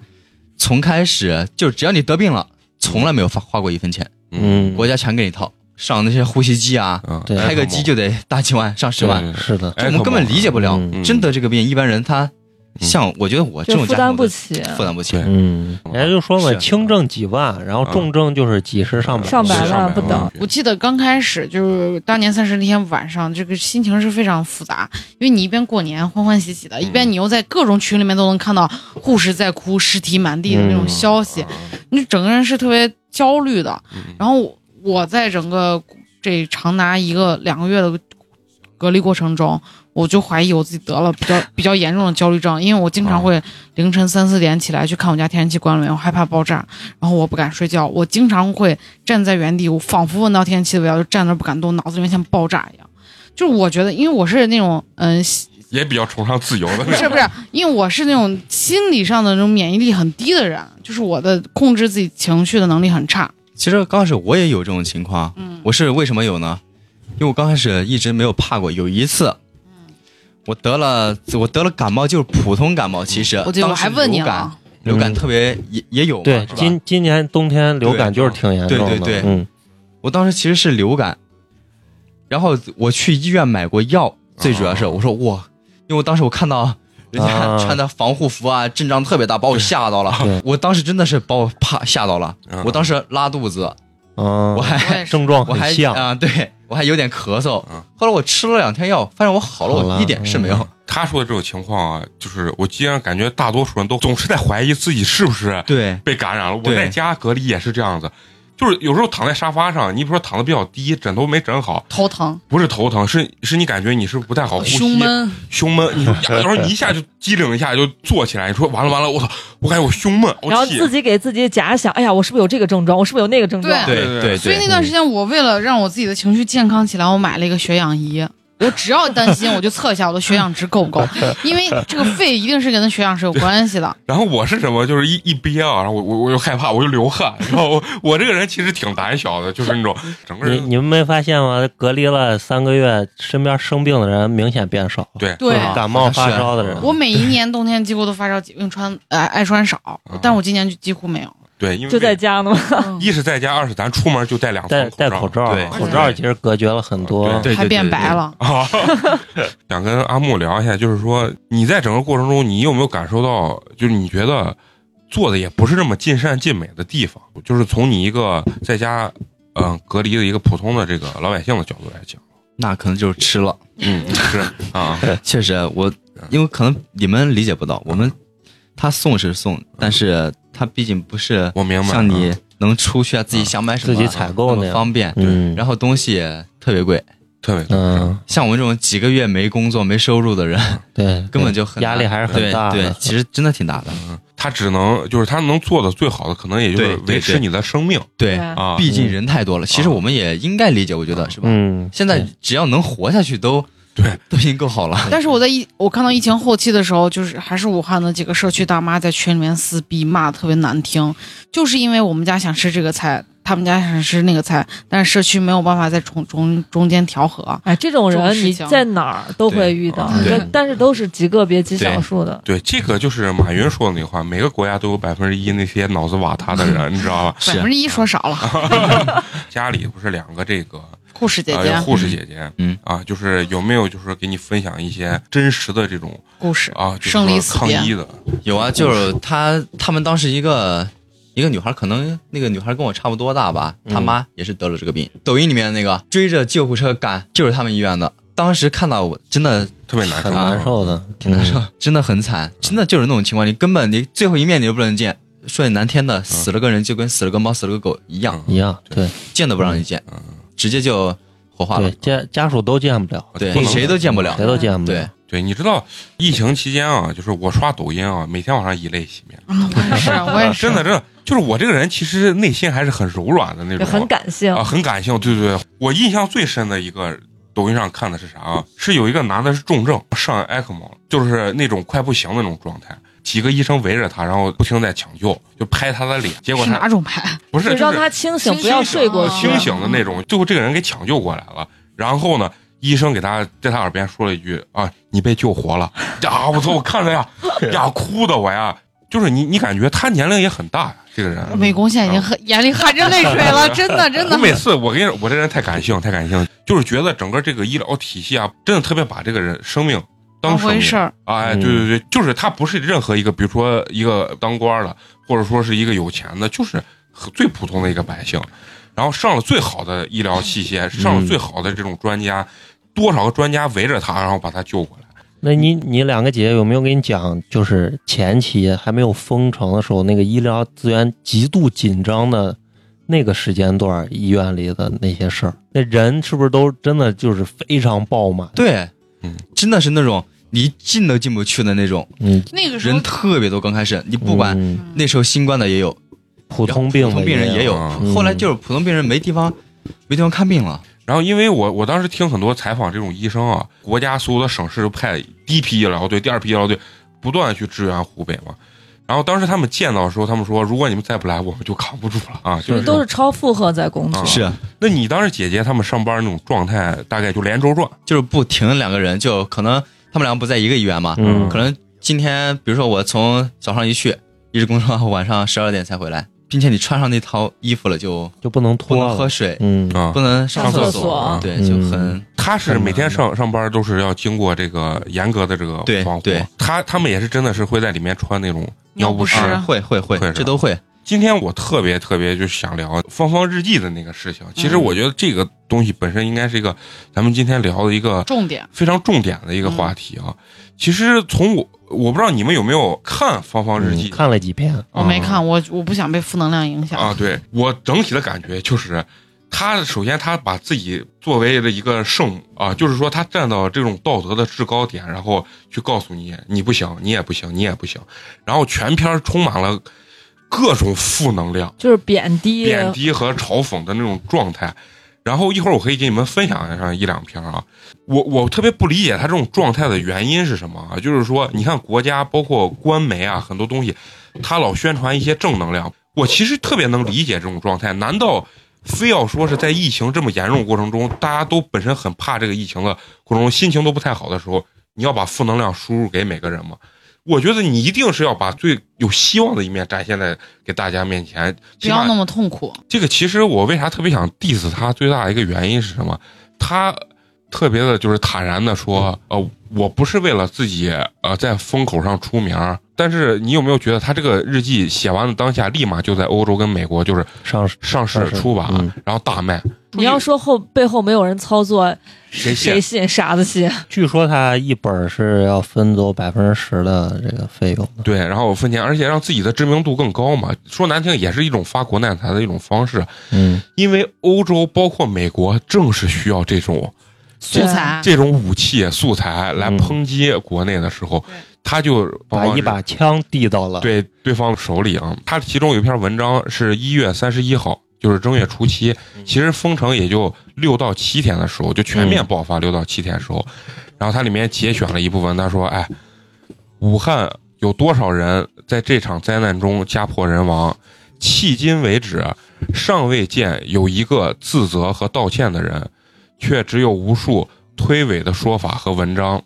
E: 从开始就只要你得病了，从来没有花花过一分钱，
C: 嗯，
E: 国家全给你掏，上那些呼吸机啊，
A: 嗯，
C: 对
E: 开个机就得大几万、上十万，
A: 对
C: 是的，
E: 这我们根本理解不了
C: 嗯。
A: 嗯
E: 真得这个病，一般人他像我觉得我这
D: 就
E: 种
D: 负
E: 家
D: 担
E: 庭
D: 不
E: 我
D: 起，
E: 负担不起
A: 对。
C: 嗯，人家就说嘛，
E: 是啊嗯
C: 轻症几万，然后重症就是几十上百，
D: 上百
A: 是嗯
D: 万不等
A: 万
B: 我记得刚开始就是当年三十那天晚上，这个心情是非常复杂，因为你一边过年欢欢喜喜
E: 嗯
B: 的，一边你又在各种群里面都能看到护士在哭、尸体满地的那种消息，
E: 嗯
B: 你整个人是特别焦虑的。然后我我在整个这长达一个两个月的隔离过程中，我就怀疑我自己得了比较比较严重的焦虑症，因为我经
A: 啊
B: 常会凌晨三四点起来去看我家天然气关了没，我害怕爆炸，然后我不敢睡觉，我经常会站在原地，我仿佛闻到天然气的味道就站那儿不敢动，脑子里面像爆炸一样。就是我觉得，因为我是那种嗯、
A: 也比较崇尚自由的
B: 不
A: 那
B: 是
A: 种。
B: 不是，因为我是那种心理上的那种免疫力很低的人，就是我的控制自己情绪的能力很差。
E: 其实刚开始我也有这种情况，
B: 嗯，
E: 我是为什么有呢？因为我刚开始一直没有怕过，有一次，
B: 嗯
E: 我得了我得了感冒，就是普通感冒，其实
B: 嗯我记得我还问你啊
E: 当时
B: 了，
E: 流感流感
C: 嗯
E: 特别也也有嘛，
C: 对，
E: 是吧
C: 今今年冬天流感就是挺严重的，
E: 对对对
C: 嗯，
E: 我当时其实是流感，然后我去医院买过药，最主要是
A: 啊
E: 我说哇，因为我当时我看到人家
C: 哦啊
E: 穿的防护服啊，阵仗特别大，把我吓到了
C: 对，
E: 我当时真的是把我怕吓到了
A: 嗯，
E: 我当时拉肚子，
C: 嗯，
E: 我还
B: 我也是。
C: 症状
E: 我
C: 很
E: 还
C: 像，
E: 啊，对我还有点咳嗽
A: 嗯，
E: 后来我吃了两天药，发现我好了，
C: 好了嗯
E: 我一点事没有。
A: 他说的这种情况啊，就是我既然感觉大多数人都总是在怀疑自己是不是
E: 对
A: 被感染了。我
E: 对
A: 在家隔离也是这样子，就是有时候躺在沙发上，你比如说躺的比较低，枕头没枕好，
B: 头疼、
A: 不是头疼，是是你感觉你是不太好呼
D: 哦
A: 吸，
B: 胸闷，
A: 胸闷， 你说呀，然后你一下就机灵一下就坐起来，你说完了完了，我操，我感觉我胸闷，
D: 然后
A: 我气，
D: 自己给自己假想，哎呀，我是不是有这个症状？我是不是有那个症状？
B: 对
A: 对
E: 对对嗯
B: 所以那段时间我为了让我自己的情绪健康起来，我买了一个血氧仪，我只要担心，我就测一下我的血氧值够不 够，因为这个肺一定是跟血氧是有关系的。
A: 然后我是什么？就是一一憋啊，然后我我我又害怕，我就流汗。然 后我我这个人其实挺胆小的，就是那种整个
C: 你
A: 人
C: 你们没发现吗？隔离了三个月，身边生病的人明显变少。
A: 对
B: 对，
E: 啊
C: 感冒发烧的人
E: 是
B: 我每一年冬天几乎都发烧，用穿呃爱穿少
E: 啊
A: 嗯，
B: 但我今年就几乎没 有。嗯
A: 对，因为
D: 就在家呢嘛。
A: 一是在家，二是咱出门就戴两
C: 戴
A: 层
C: 戴口罩
E: 对，
C: 口罩其实隔绝了很多。
E: 对对哦
B: 还变白。了，
A: 啊，想跟阿木聊一下，就是说你在整个过程中，你有没有感受到，就是你觉得做的也不是那么尽善尽美的地方？就是从你一个在家嗯、呃隔离的一个普通的这个老百姓的角度来讲，
E: 那可能就是吃了，
A: 嗯，是啊，
E: 确实我，
A: 嗯
E: 因为可能你们理解不到，我们他送是送，但
C: 嗯
E: 是他毕竟不是
A: 我明白。
E: 像你
A: 嗯
E: 能出去啊，自己想买什么啊
C: 自己采购那样
E: 那么方便，
C: 嗯，
E: 然后东西也特别贵。
A: 特别
C: 嗯，
E: 像我们这种几个月没工作、没收入的人，
C: 对，
E: 根本就很
C: 压力还是很大的。嗯
E: 对对，其实真的挺大的。
A: 他只能就是他能做的最好的，可能也就是
E: 对对
A: 维持
E: 对
A: 你的生命
E: 对，
A: 啊。
E: 毕竟人太多了。其实我们也应该理解，我觉得是吧？
C: 嗯，
E: 现在只要能活下去都
A: 对，
E: 都已经够好了。
B: 但是我在疫，我看到疫情后期的时候，就是还是武汉的几个社区大妈在群里面撕逼，骂的特别难听，就是因为我们家想吃这个菜，他们家想吃那个菜，但是社区没有办法在中中中间调和。
D: 哎，这种
B: 这种
D: 人
B: 事
D: 你
B: 情
D: 在哪儿都会遇到，
A: 对
D: 但但是都是极个别、极少数的。
A: 对，这个就是马云说的那话，每个国家都有百分之一那些脑子瓦塌的人，你知道吧？
B: 百分之一说少了，
A: 家里不是两个这个
B: 护士姐姐
A: 呃、护士姐姐，
E: 嗯
A: 啊，就是有没有就是给你分享一些真实的这种
B: 故事，
A: 啊，就是
B: 生离
A: 说
B: 死
A: 抗
B: 别
A: 议的，
E: 有啊，就是他他们当时一个一个女孩，可能那个女孩跟我差不多大吧，
C: 嗯
E: 她妈也是得了这个病。抖音里面那个追着救护车赶，就是他们医院的。当时看到我真的
A: 特别难受，啊
C: 很难受的，嗯挺
E: 难受，真的很
A: 嗯
E: 惨，真的就是那种情况，你根本你最后一面你都不能见。说句难听
A: 嗯
E: 的，死了个人就跟死了个猫、死了个狗
B: 嗯
E: 一样，
C: 一样。对
E: 见都不让你见，
A: 嗯，
E: 直接就火化了
C: 对，。家家属都见不了，
E: 对
A: 不，能
E: 谁都见不了
C: 谁。都见不了
E: 对。，
A: 对，嗯你知道疫情期间啊，就是我刷抖音啊，每天晚上以泪洗面，
B: 嗯，我也是，我也是，
A: 真的真的，就是我这个人其实内心还是很柔软的那
D: 就
A: 种，
D: 很感性
A: 啊，，很感性。对对对，我印象最深的一个抖音上看的是啥啊？是有一个男的是重症上 ECMO，了就是那种快不行的那种状态，几个医生围着他，然后不停地在抢救，就拍他的脸， 结果
B: 是
A: 他
B: 哪种牌？
A: 不是
D: 就
A: 就是
D: 让他清醒，
B: 清
D: 不要
B: 醒
D: 睡过
B: 啊
D: 去。
A: 哦清醒的那种，最后这个人给抢救过来了。然后呢，医生给他在他耳边说了一句：“啊，你被救活了！”呀，我操！我看着呀，呀，哭的我呀，就是你，你感觉他年龄也很大呀，这个人。
B: 美工现在已经很眼里含着泪水了，真的真
A: 我
B: 的。
A: 每次我跟你说，我这人太感性，太感性，就是觉得整个这个医疗体系啊，真的特别把这个人生命当
B: 当
A: 生
B: 回
A: 命
B: 事儿，
A: 哎，对对对，就是他不是任何一个，比如说一个当官的，或者说是一个有钱的，就是很最普通的一个百姓，然后上了最好的医疗器械，上了最好的这种专家，多少个专家围着他，然后把他救过来。
C: 那你你两个姐有没有给你讲，就是前期还没有封城的时候，那个医疗资源极度紧张的那个时间段，医院里的那些事儿，那人是不是都真的就是非常爆满？
E: 对
A: 嗯，
E: 真的是那种你进都进不去的那种，
C: 嗯，
B: 那个时候
E: 人特别多。刚开始你不管
C: 嗯
E: 那时候新冠的也有，
C: 普通病的
E: 普通病人也有
A: 嗯，
E: 后来就是普通病人没地方没地方看病了。
A: 然后，因为我我当时听很多采访这种医生啊，国家所有的省市都派第一批医疗队、第二批医疗队，不断地去支援湖北嘛。然后当时他们见到的时候，他们说：“如果你们再不来，我们就扛不住了啊！”就是
D: 对都是超负荷在工作
A: 啊。那你当时姐姐他们上班那种状态，大概就连轴转，
E: 就是不停两个人，就可能他们两个不在一个医院嘛，
C: 嗯
E: 可能今天比如说我从早上一去，一直工作到晚上十二点才回来，并且你穿上那套衣服了就
C: 就不能
E: 不
C: 拖
E: 能喝
C: 了。
E: 水，
C: 嗯，
A: 啊
E: 不，能
D: 上
E: 厕
D: 厕所
E: 对，
C: 嗯
E: 就很
A: 他是每天上上班都是要经过这个严格的这个
E: 对
A: 防护
E: 对，
A: 他他们也是真的是会在里面穿那种
B: 尿
A: 尿不
B: 不湿
A: 湿。
C: 嗯
E: 啊会会会
A: 会，是
E: 这都会。
A: 今天我特别特别就想聊芳芳日记的那个事情，其实
B: 嗯
A: 我觉得这个东西本身应该是一个咱们今天聊的一个
B: 重嗯点
A: 非常重点的一个话题啊。其实从我我不知道你们有没有看芳芳日记，
C: 嗯看了几篇，
B: 我没看，我我不想被负能量影响
A: 啊，对我整体的感觉就是，他首先他把自己作为了一个圣母啊，就是说他站到这种道德的制高点，然后去告诉你你不行，你也不行，你也不行，然后全篇充满了各种负能量、
D: 就是贬低，
A: 贬低和嘲讽的那种状态。然后一会儿我可以给你们分享上一两篇啊。我我特别不理解他这种状态的原因是什么啊？就是说，你看国家包括官媒啊，很多东西，他老宣传一些正能量。我其实特别能理解这种状态，难道非要说是在疫情这么严重的过程中，大家都本身很怕这个疫情的过程中，心情都不太好的时候，你要把负能量输入给每个人吗？我觉得你一定是要把最有希望的一面展现在给大家面前，
B: 不
A: 起码
B: 要那么痛苦。
A: 这个其实我为啥特别想 diss 他，最大的一个原因是什么？他特别的就是坦然的说，
C: 嗯
A: 呃，我不是为了自己呃在风口上出名儿，但是你有没有觉得他这个日记写完的当下，立马就在欧洲跟美国就是
C: 上市
A: 上市
C: 上市
A: 出版，
C: 嗯
A: 然后大卖，
D: 你要说后背后没有人操作，
A: 谁
D: 谁
A: 信？啊
D: 信？傻子信。
C: 据说他一本是要分走百分之十的这个费用的。
A: 对，然后分钱，而且让自己的知名度更高嘛。说难听，也是一种发国难财的一种方式，
C: 嗯，
A: 因为欧洲包括美国正是需要这种
B: 素材，
A: 这种武器素材来
C: 嗯
A: 抨击国内的时候，
B: 对
A: 他就
C: 把
A: 往
C: 一把枪递到了，
A: 对对方手里啊。他其中有一篇文章是一月三十一号，就是正月初七，其实封城也就六到七天的时候，就全面爆发六到七天的时候。然后它里面节选了一部分，他说：“哎，武汉有多少人在这场灾难中家破人亡？迄今为止，尚未见有一个自责和道歉的人，却只有无数推诿的说法和文章。”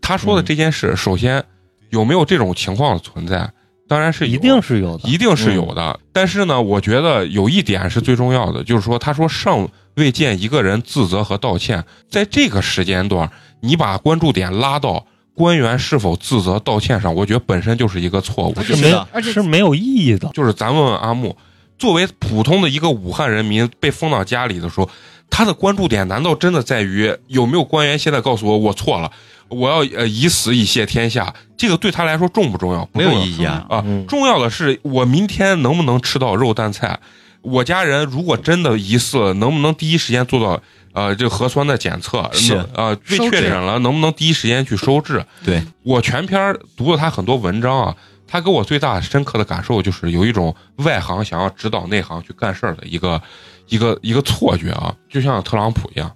A: 他说的这件事，首先有没有这种情况的存在？当然是有
C: 一定是有的。嗯
A: 一定是有的。但是呢，我觉得有一点是最重要的，就是说，他说尚未见一个人自责和道歉，在这个时间段，你把关注点拉到官员是否自责道歉上，我觉得本身就是一个错误。
C: 是
E: 是
C: 没
E: 的
B: 而且
C: 是没有意义的。
A: 就是咱问问阿木，作为普通的一个武汉人民被封到家里的时候，他的关注点难道真的在于有没有官员现在告诉我我错了，我要呃以死以谢天下？这个对他来说重不重要？不
E: 没
A: 重
E: 有
A: 要。
E: 意义啊。
A: 啊
C: 嗯，
A: 重要的是我明天能不能吃到肉蛋菜？我家人如果真的疑似了，能不能第一时间做到呃这个核酸的检测？
E: 是
A: 能呃被
B: 收治
A: 确诊了，能不能第一时间去收治？
E: 对，
A: 我全篇儿读了他很多文章啊，他给我最大深刻的感受就是有一种外行想要指导内行去干事儿的一个一个一个错觉啊，就像特朗普一样，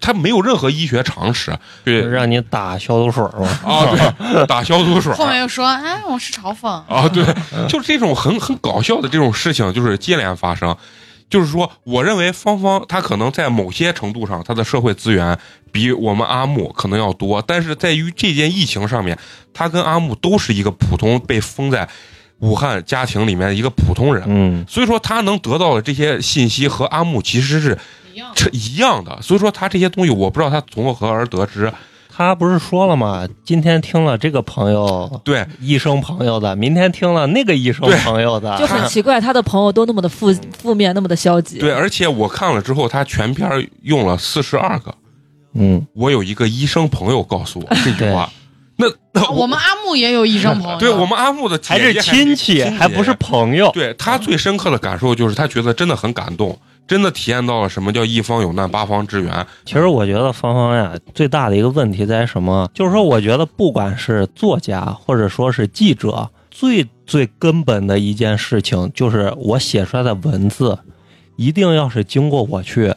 A: 他没有任何医学常识，对
C: 让你打消毒水 嘛，
A: 啊，对，打消毒水儿，
B: 后面又说，哎，我是嘲讽，
A: 啊，对，就是这种很很搞笑的这种事情，就是接连发生。就是说，我认为芳芳她可能在某些程度上，她的社会资源比我们阿木可能要多，但是在于这件疫情上面，她跟阿木都是一个普通被封在武汉家庭里面的一个普通人，
C: 嗯，
A: 所以说她能得到的这些信息和阿木其实是
B: 一样。
A: 这一样的，所以说她这些东西我不知道她从何而得知，
C: 他不是说了吗？今天听了这个朋友
A: 对，
C: 医生朋友的，明天听了那个医生
A: 对
C: 朋友的，
D: 就很奇怪，他的朋友都那么的负负面，那么的消极。
A: 嗯对，而且我看了之后，她全篇儿用了四十二个。
C: 嗯，
A: 我有一个医生朋友告诉我这句话。那那
B: 啊我们阿木也有医生朋 友，
A: 对我们阿木的姐姐
C: 还是亲戚，还不是啊朋友。
A: 对他最深刻的感受就是他觉得真的很感动，真的体验到了什么叫一方有难八方支援。
C: 其实我觉得芳芳呀，最大的一个问题在于什么？就是说，我觉得不管是作家或者说是记者，最最根本的一件事情就是我写出来的文字，一定要是经过我去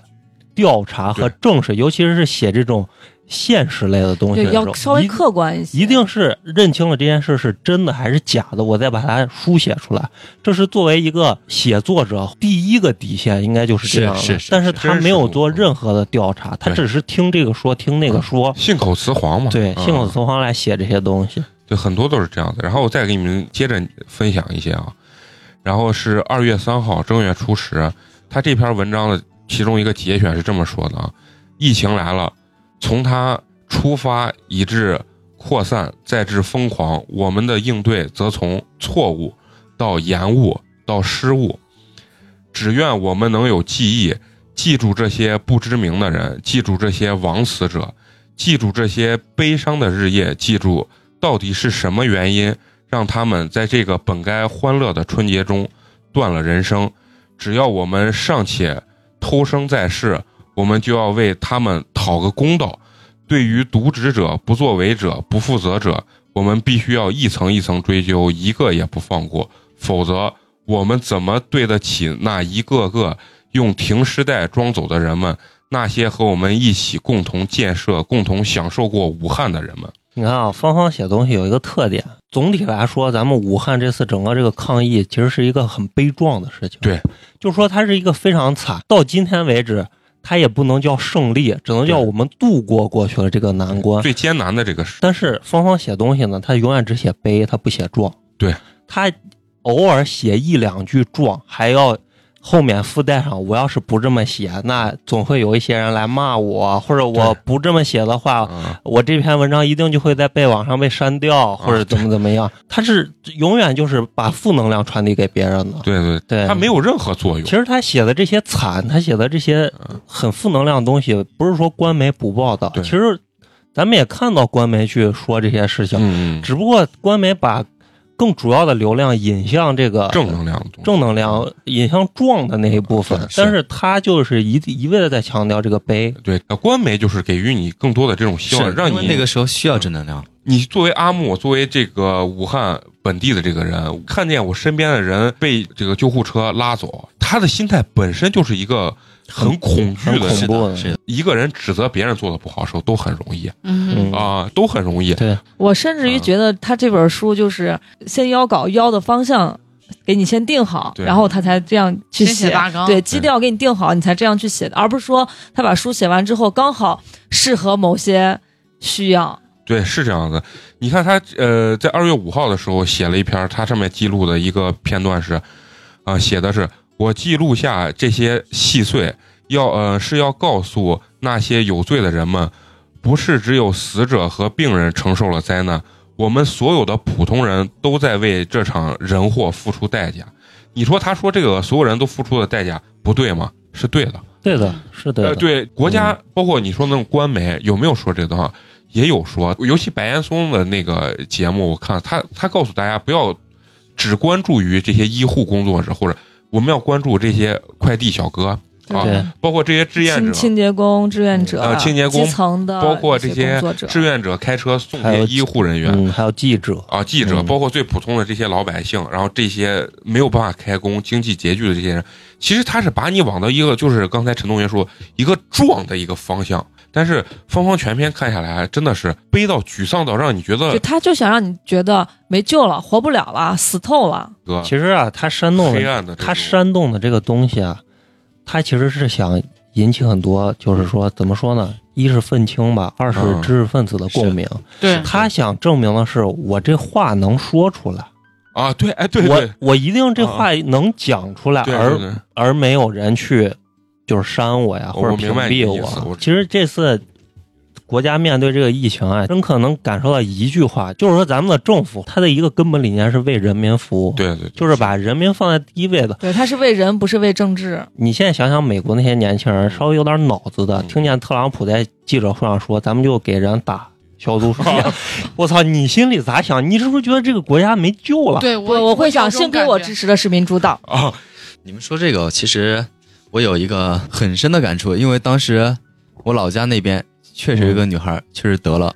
C: 调查和
A: 对
C: 证实，尤其是写这种现实类的东西
D: 对，
C: 的时候
D: 要，稍微
C: 一
D: 客观一些。
C: 一定是认清了这件事是真的还是假的，我再把它书写出来。这是作为一个写作者第一个底线，应该就是这样的。
E: 是是是
C: 但是他
A: 真实
C: 没有
A: 度
C: 做任何的调查，他
A: 对
C: 只是听这个说，听那个说。
A: 信口雌黄嘛，
C: 对，
A: 嗯
C: 信口雌黄来写这些东西，
A: 对，很多都是这样的。然后我再给你们接着分享一些啊，然后是二月三号正月初十，他这篇文章的其中一个节选是这么说的啊：疫情来了，从它出发以至扩散，再至疯狂，我们的应对则从错误到延误到失误。只愿我们能有记忆，记住这些不知名的人，记住这些枉死者，记住这些悲伤的日夜，记住到底是什么原因让他们在这个本该欢乐的春节中断了人生？只要我们尚且偷生在世，我们就要为他们讨个公道。对于渎职者、不作为者、不负责者，我们必须要一层一层追究，一个也不放过，否则我们怎么对得起那一个个用停尸袋装走的人们，那些和我们一起共同建设、共同享受过武汉的人们。
C: 你看啊，芳芳写东西有一个特点，总体来说，咱们武汉这次整个这个抗疫其实是一个很悲壮的事情。
A: 对，
C: 就说它是一个非常惨，到今天为止，它也不能叫胜利，只能叫
A: 对
C: 我们度过过去了这个难关。
A: 最艰难的这个事，
C: 但是芳芳写东西呢，她永远只写悲，她不写壮。
A: 对，
C: 她偶尔写一两句壮，还要后面附带上，我要是不这么写，那总会有一些人来骂我，或者我
A: 对
C: 不这么写的话，
A: 嗯，
C: 我这篇文章一定就会在被网上被删掉，或者怎么怎么样。他是永远就是把负能量传递给别人的。
A: 嗯对对，
C: 对，
A: 它没。有任何作用
C: 其。实他写的这些惨，他写的这些很负能量的东西，不是说官媒不报道。
A: 对
C: 其实咱们也看到官媒去说这些事情，
A: 嗯，嗯
C: 只不过官媒把更主要的流量引向这个
A: 正能量的东西，
C: 正能量，引向壮的那一部分
A: 对。嗯是
C: 但是他就是一一味的在强调这个悲，
A: 对，那官媒就是给予你更多的这种希
E: 是
A: 望，让
E: 因为
A: 你
E: 那个时候需要正能量。
A: 你作为阿木，作为这个武汉本地的这个人，看见我身边的人被这个救护车拉走，他的心态本身就是一个很恐惧
C: 很
A: 的
C: 恐
A: 事。
C: 怖的。啊
E: 是的，
A: 一个人指责别人做的不好的时候都很容易
C: 嗯
B: 嗯
A: 啊，都很容易。
C: 对，
D: 我
A: 嗯
D: 甚至于觉得他这本书就是先邀稿邀的方向给你先定好，
A: 对
D: 然后他才这样去
B: 先写
D: 写
B: 大纲
D: 对基调给你定好，你才这样去写的，而不是说他把书写完之后刚好适合某些需要。
A: 对，是这样的。你看他呃，在二月五号的时候写了一篇，他上面记录的一个片段是，啊、写的是我记录下这些细碎，要呃是要告诉那些有罪的人们，不是只有死者和病人承受了灾难，我们所有的普通人都在为这场人祸付出代价。你说他说这个所有人都付出的代价不对吗？是对的。
C: 对的，是对的。嗯
A: 呃，对国家，包括你说那种官媒，有没有说这个话？也有说，尤其白岩松的那个节目，我看他他告诉大家不要只关注于这些医护工作者，或者我们要关注这些快递小哥啊
C: 对，
A: 包括这些志愿
D: 清
A: 者。
D: 清洁工、志愿者、
A: 呃清洁工
D: 基层的，
A: 包括
D: 这
A: 这些
D: 工作者，
A: 志愿者开车送
C: 还
A: 给
C: 有
A: 医护人员、
C: 嗯，还有记者，
A: 啊，记者，
C: 嗯
A: 包括最普通的这些老百姓，然后这些没有办法开工、经济拮据的这些人，其实他是把你往到一个就是刚才陈同学说一个壮的一个方向。但是芳芳全篇看下来，真的是悲到沮丧到让你觉
D: 就
A: 得
D: 他就想让你觉得没救了，活不了了，死透了。
A: 哥
C: 其实啊，他煽动
A: 黑
C: 的，
A: 暗的这种，
C: 他煽动的这个东西啊，他其实是想引起很多，就是说怎么说呢？一是愤青吧，二是
A: 嗯
C: 知识分子的共鸣。
B: 对，
C: 他想证明的是，我这话能说出来，
A: 啊，对，哎，对对啊
C: 我我一定这话能讲出来，
A: 对
C: 而
A: 对对，
C: 而没有人去就是删我呀，
A: 我
C: 或者屏
A: 我明白你
C: 蔽
A: 的意思我
C: 其实这次国家面对这个疫情啊，真可能感受到一句话，就是说咱们的政府它的一个根本理念是为人民服务，，
A: 对对，
C: 就是把人民放在第一位的。
D: 对，他是为人，不是为政治。
C: 你现在想想，美国那些年轻人稍微有点脑子的，
A: 嗯
C: 听见特朗普在记者会上说咱们就给人打消 毒水，我操，你心里咋想？你是不是觉得这个国家没救了？
B: 对
D: 我
B: 我
D: 我会想，幸亏我
B: 支
D: 支
B: 持。
D: 持的是民主党。
A: 啊，
E: 你们说这个，其实我有一个很深的感触，因为当时我老家那边确实有一个女孩确实得了，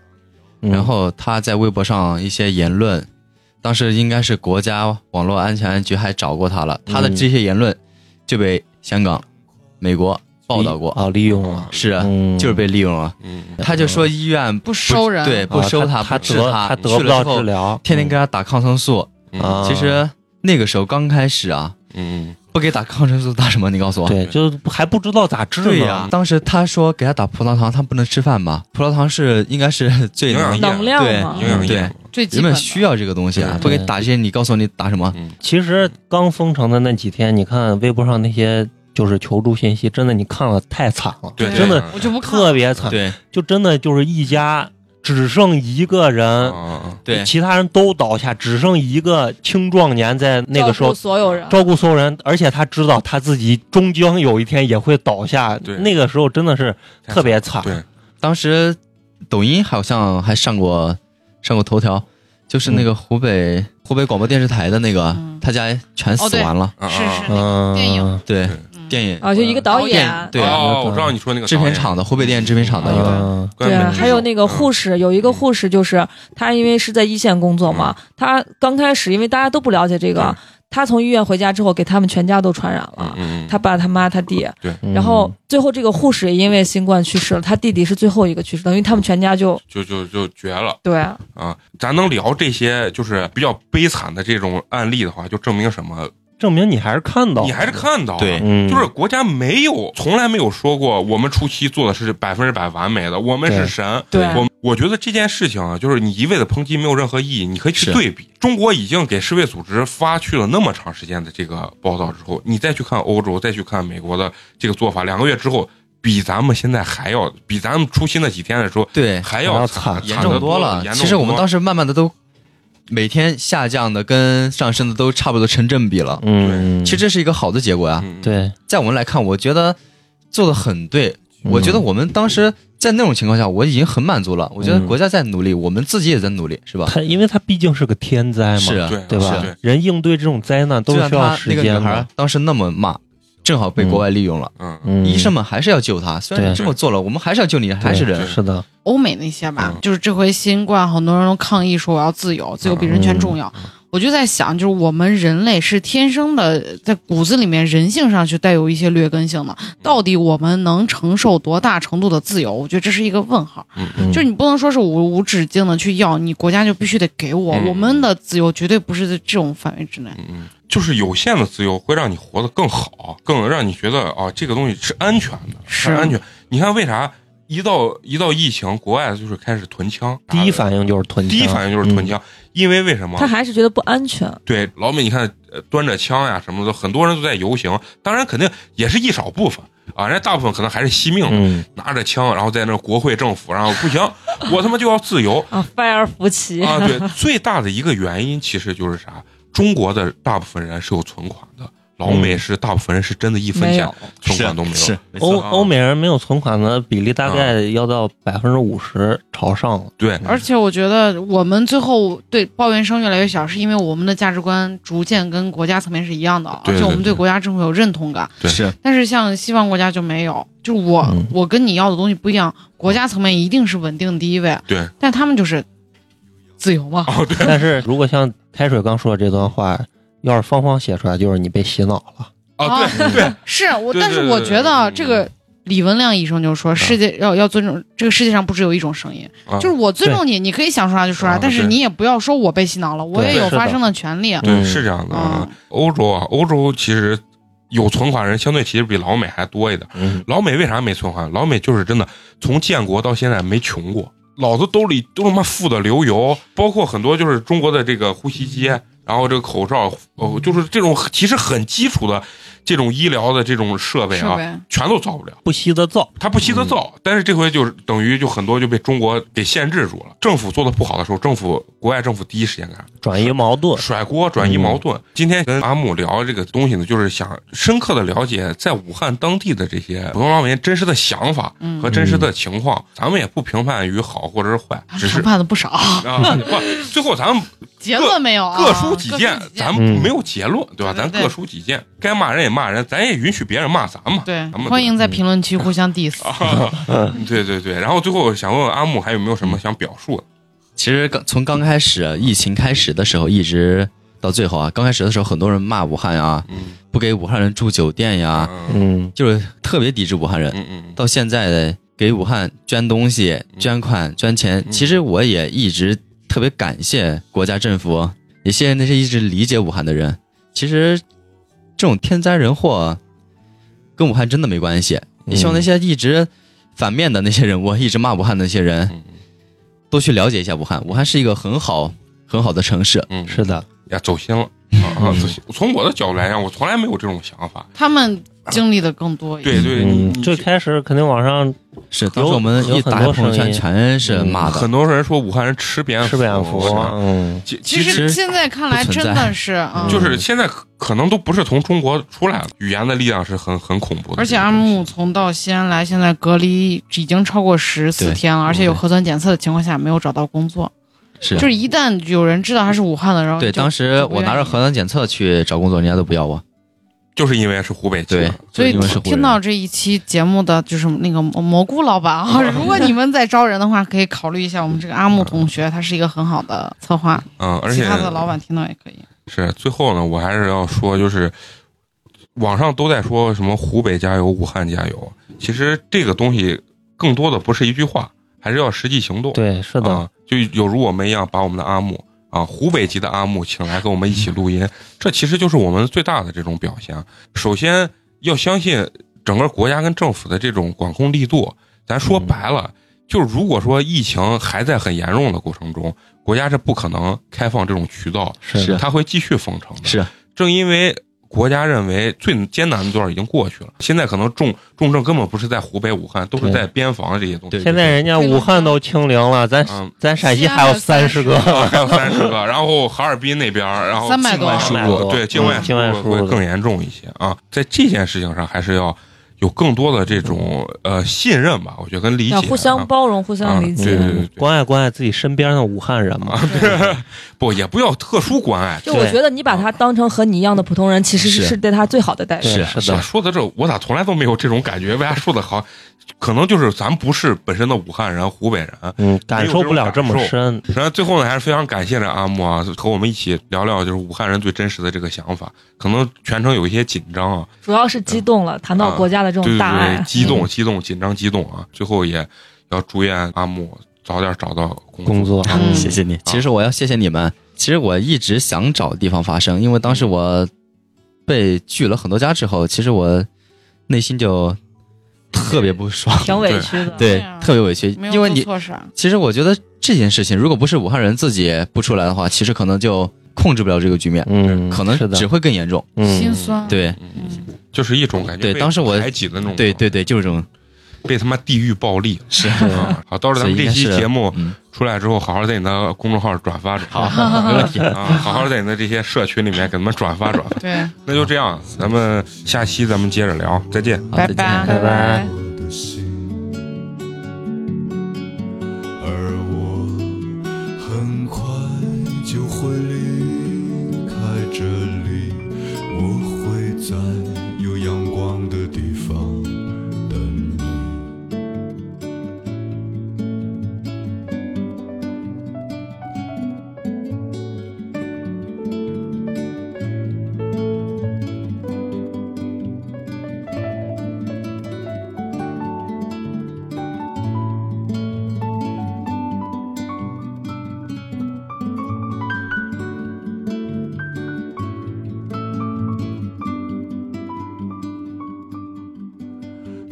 C: 嗯
E: 然后她在微博上一些言论，当时应该是国家网络安全局还找过她了，她的
C: 嗯
E: 这些言论就被香港、美国报道过，
C: 啊，利用了，
E: 是啊，
C: 嗯，
E: 就是被利用了。
A: 嗯，
E: 她就说医院不
B: 收人
E: 对，不
C: 啊
E: 收
C: 他，
E: 不治
C: 得他得
E: 去
C: 不
E: 了
C: 到
E: 之后
C: 治疗，
E: 天天
C: 嗯
E: 给她打抗生素。
A: 嗯
C: 啊
E: 其实那个时候刚开始啊，
A: 嗯，
E: 不给打抗生素打什么？你告诉我。
C: 对，就还不知道咋治呢。
E: 对呀、当时他说给他打葡萄糖，他不能吃饭吧？葡萄糖是应该是 最
A: 营养液
D: 能量嘛嗯
A: 营养液
E: 对
B: 最基
E: 人
B: 本
E: 们
B: 的
E: 需要这个东西啊，
A: 对
E: 不给打这些，你告诉我你打什么？
A: 嗯
C: 其实刚封城的那几天，你看微博上那些就是求助信息，真的你看了太惨了，
A: 对，
C: 真的
A: 对
B: 我就不看
C: 特别惨，
E: 对
C: 就真的就是一家只剩一个人，
A: 啊，
E: 嗯对，
C: 其他人都倒下，只剩一个青壮年在那个时
D: 照顾
C: 候。
D: 所有人，
C: 照顾所有人，而且他知道他自己终将有一天也会倒下。
A: 对
C: 那个时候真的是
A: 太
C: 特别惨。
A: 对
E: 当时抖音好像还上过上过头条，就是那个湖北、湖北广播电视台的那个，
B: 嗯
E: 他家全死完了，
A: 啊
B: 是
A: 啊
B: 是
C: 嗯，
B: 电影
E: 对，
B: 嗯
E: 电影
D: 啊，就一个导演，
E: 对
A: 哦，我知道你说那个
E: 制
A: 导
E: 片
A: 演
E: 厂的，湖北电影制片厂的一个，
C: 嗯
D: 对，啊
A: 关门之
D: 还有
A: 手
D: 那个护
A: 嗯嗯
D: 士，有一个护士就是她，因为是在一线工作嘛，她刚开始因为大家都不了解这个，他从医院回家之后，给他们全家都传染了。
A: 嗯
D: 他爸、他妈、他弟，
C: 嗯
D: 然后最后这个护士也因为新冠去世了，他弟弟是最后一个去世，等于他们全家就
A: 就就就绝了
D: 对
A: 啊！咱能聊这些就是比较悲惨的这种案例的话，就证明什么？
C: 证明你还是看到，
A: 你还是，看到了
E: 对
C: 哦嗯，
A: 就是国家没有，从来没有说过我们初期做的是百分之百完美的，我们是
C: 对
A: 神。
D: 对
A: 我我觉得这件事情啊，就是你一味的抨击没有任何意义。你可以去
E: 是
A: 对比，中国已经给世卫组织发去了那么长时间的这个报道之后，你再去看欧洲，再去看美国的这个做法，两个月之后，比咱们现在还要，比咱们初期那几天的时候
E: 对，
A: 还
C: 还
A: 要
C: 要
A: 惨，
C: 惨
E: 严
A: 惨
E: 重
A: 得多
E: 了。
A: 严重
E: 其实我们
A: 多
E: 当时慢慢的都每天下降的跟上升的都差不多成正比了。
C: 嗯，
E: 其实这是一个好的结果呀，
A: 嗯
C: 对，
E: 在我们来看，我觉得做的很对。
C: 嗯
E: 我觉得我们当时在那种情况下，我已经很满足了。我觉得
C: 嗯
E: 国家在努力，我们自己也在努力，是吧？
C: 他因为他毕竟是个天灾嘛，
E: 是啊，
A: 对
C: 对吧
A: 是？
C: 人应对这种灾难都
E: 虽
C: 是
E: 然
C: 需要
E: 他
C: 时
E: 那个女
C: 间
E: 孩
C: 的
E: 儿，当时那么骂，正好被
C: 嗯
E: 国外利用了。
A: 嗯
C: 嗯，
E: 医生们还是要救她，虽然
C: 对
E: 你这么做了，我们还是要救你，还是
C: 对
E: 人。
C: 是的，
B: 欧美那些吧，
A: 嗯
B: 就是这回新冠，很多人都抗议说我要自由，自由比人权
A: 嗯
B: 重要。我就在想，就是我们人类是天生的，在骨子里面人性上就带有一些劣根性的，到底我们能承受多大程度的自由？我觉得这是一个问号。
C: 嗯
B: 就是你不能说是无无止境的去要，你国家就必须得给我，
A: 嗯
B: 我们的自由绝对不是在这种范围之内。
A: 嗯嗯，就是有限的自由会让你活得更好，更让你觉得啊，这个东西是安全的，
B: 是
A: 安全。你看为啥一到一到疫情，国外就是开始囤枪，
C: 第一反应嗯就是囤
A: 第
C: 枪，
A: 一反应就是囤枪，因为为什么
D: 他？还是觉得不安全。
A: 对，老美你看呃端着枪呀什么的，很多人都在游行，当然肯定也是一少部分啊，人家大部分可能还是惜命的，
C: 嗯，
A: 拿着枪，然后在那国会政府，然后不行，我他妈就要自由，
D: 啊，拜尔福 奇，
A: 啊，对，最大的一个原因其实就是啥？中国的大部分人是有存款的，老美是大部分人是真的一分
D: 没
A: 钱
D: 有
A: 存款都没有。
E: 是
C: 嗯欧
A: 啊
C: 欧美人没有存款的比例大概要到百分之五十朝上了，
A: 对，
B: 而且我觉得我们最后对抱怨声越来越小，是因为我们的价值观逐渐跟国家层面是一样的，啊
A: 对嗯
B: 而且我
A: 对
B: 们
A: 对
B: 对国家政府有认同感。
A: 对
E: 是
B: 但是像西方国家就没有，就我、
C: 嗯
B: 我跟你要的东西不一样，国家层面一定是稳定第一位，
A: 对，
B: 但他们就是自由嘛，
A: 哦，对，
C: 但是如果像开水刚说的这段话，要是芳芳写出来，就是你被洗脑了，
A: 啊，对对，
B: 是我，
A: 对
B: 但
A: 对
B: 是
A: 对
B: 我
A: 对
B: 觉得啊
A: 嗯
B: 这个李文亮医生就说，世界要要尊重这个世界上不只有一种声音，
A: 啊
B: 就是我尊重你，你可以想说啥就说啥，
A: 啊
B: 但是
A: 对
B: 你也不要说我被洗脑了，我也
C: 对
B: 有
C: 是的
B: 发声的权利。
A: 对
C: 嗯
A: 是这样的。啊
B: 嗯。
A: 欧洲啊，欧洲其实有存款人相对其实比老美还多一点。
C: 嗯，
A: 老美为啥没存款？老美就是真的从建国到现在没穷过，老子兜里都他妈富的流油，包括很多就是中国的这个呼吸机，然后这个口罩，
B: 嗯
A: 哦，就是这种其实很基础的这种医疗的这种设备
B: 设
A: 啊，
B: 备嗯
A: 全都造不了。
C: 不惜的造，
A: 他不惜得造，但是这回就是等于就很多就被中国给限制住了。政府做的不好的时候，政府国外政府第一时间干啥？
C: 转移矛盾，
A: 甩锅转移矛盾。今天跟阿木聊这个东西呢，就是想深刻的了解在武汉当地的这些普通老百姓真实的想法
B: 嗯
A: 和真实的情况。咱们也不评判于好或者是坏，只是
B: 谈判的不少，
A: 啊，不，最后咱们
B: 结论没有啊？
A: 哦各抒己见，咱们
C: 嗯
A: 没有结论，对吧？
B: 对对
A: 咱
B: 对
A: 各抒己见，该骂人也骂人，咱也允许别人骂咱嘛。
B: 对
A: 咱们，
B: 欢迎在评论区互相 diss。
A: 啊，对对对。然后最后想问问阿木，还有没有什么想表述的？
E: 其实刚从刚开始疫情开始的时候，一直到最后啊，刚开始的时候，很多人骂武汉啊，
A: 嗯
E: 不给武汉人住酒店呀，
A: 嗯
C: 嗯，
E: 就是特别抵制武汉人。
A: 嗯嗯
E: 到现在的给武汉捐东西、捐款、捐钱，
A: 嗯
E: 其实我也一直特别感谢国家政府，也谢谢那些一直理解武汉的人。其实这种天灾人祸跟武汉真的没关系。
A: 嗯
E: 也希望那些一直反面的那些人物，一直骂武汉的那些人，
A: 嗯
E: 多去了解一下武汉。武汉是一个很好很好的城市，
A: 嗯，
C: 是的，
A: 呀，走心了。啊，啊走心！从我的角度来讲，我从来没有这种想法。
B: 他们经历的更多一点，
A: 对对，你
C: 嗯，
A: 你
C: 最开始肯定往上
E: 是当时我们
C: 有
E: 一打开朋友圈
C: 有很多
E: 全是骂的
A: 很，多人说武汉人吃蝙
C: 吃蝙蝠
A: 是吧，
C: 嗯，
A: 其其
B: 其
A: 实
E: 实
B: 实现在看来
E: 不
B: 真
E: 存在
B: 的是，嗯
A: 就是现在可可能都不是从中国出来的，语言的力量是很很恐怖的。
B: 而且阿木从到西安来，现在隔离已经超过十四
E: 对
B: 天了，而且有核酸检测的情况下没有找到工作，
E: 是
B: 就是一旦有人知道他是武汉的，然后
E: 对。
B: 就
E: 当时
B: 就不
E: 我拿
B: 愿
E: 着
B: 意
E: 核酸检测去找工作，人家都不要我。
A: 就是因为是湖北籍的
E: 对
B: 所以
E: 因为是湖
B: 听
E: 人
B: 到这一期节目的就是那个蘑蘑菇老板啊，如果你们在招人的话，可以考虑一下我们这个阿木同学，他是一个很好的策划，
A: 嗯，而
B: 其
A: 且
B: 他的老板听到也可以。
A: 是最后呢，我还是要说，就是网上都在说什么湖北加油、武汉加油，其实这个东西更多的不是一句话，还是要实际行动。
C: 对，是的，
A: 啊，就有如我们一样，把我们的阿木啊，湖北籍的阿木请来跟我们一起录音，这其实就是我们最大的这种表现。啊首先要相信整个国家跟政府的这种管控力度。咱
C: 嗯
A: 说白了，就是如果说疫情还在很严重的过程中，国家是不可能开放这种渠道，
C: 是
E: 是
C: 的，
A: 它会继续封城的。
E: 是
A: 正因为国家认为最艰难的段已经过去了，现在可能重重症根本不是在湖北、武汉，都是
C: 对
A: 在边防这些东西。
E: 对
C: 现在人家武汉都清零了，咱
A: 嗯，
C: 咱陕西还有三十个，
A: 还有三十个，然后哈尔滨那边儿，然后
B: 300多
A: 境外
C: 300
A: 输入，
C: 多
A: 对境外
C: 嗯境外输入
A: 会
C: 的
A: 更严重一些啊。在这件事情上，还是要有更多的这种呃信任吧，我觉得跟理解
D: 要
A: 啊，
D: 互相包容，互相理
A: 嗯对
D: 解。
A: 对对对 啊
C: 关爱关爱自己身边的武汉 人嘛，
A: 不也不要特殊关爱。
D: 就我觉得你把
A: 啊
D: 他当成和你一样的普通人，其实是
E: 是
D: 是对他最好的待遇。
C: 对
E: 是
C: 是
A: 咋
C: 的，
A: 说的这，我咋从来都没有这种感觉？为啥说的好？可能就是咱不是本身的武汉人、湖北人，
C: 嗯，感受不了这么深，
A: 然后最后呢，还是非常感谢着阿木啊，和我们一起聊聊就是武汉人最真实的这个想法。可能全程有一些紧张啊，
D: 主要是激动了，谈到国家的这
A: 对
D: 种
A: 对
D: 大
A: 对，
D: 爱，
A: 激
E: 嗯
A: 动激动，紧张激动啊！最后也要祝愿阿木早点找到工
C: 工作
B: 嗯
E: 谢谢你。其实我要谢谢你们。其实我一直想找地方发声，因为当时我被拒了很多家之后，其实我内心就特别不爽，
D: 挺委屈的。
B: 这
E: 对
B: 样，
E: 特别委屈。
B: 啊没有
E: 因为
B: 做
E: 你
B: 错啥，
E: 其实我觉得这件事情，如果不是武汉人自己不出来的话，其实可能就控制不了这个局面，
C: 嗯，
E: 可
C: 是
E: 能
C: 的
E: 只，会更严重。
B: 心
C: 嗯，
B: 酸。，
E: 对，
A: 嗯，就是一种感觉被
E: 对当时我
A: 排挤的那种，
E: 对，对，对，就是这 种
A: 被他妈地域暴力
E: 是。
A: 啊！好，到时候咱们
E: 所以
A: 这
E: 应该
A: 期
E: 是
A: 节目
E: 嗯，
A: 出来之后，好好在你的公众号转发转发，
E: 好，没问 题。
A: 啊，好好在你的这些社群里面给他们转发转发。
B: 对，
A: 那就这样，咱们下期咱们接着聊，再见。
E: 好
B: 拜
E: 再见
B: 拜
C: 拜拜。
F: 的心，而我很快就会离开这里，我会在有阳光的地方等你。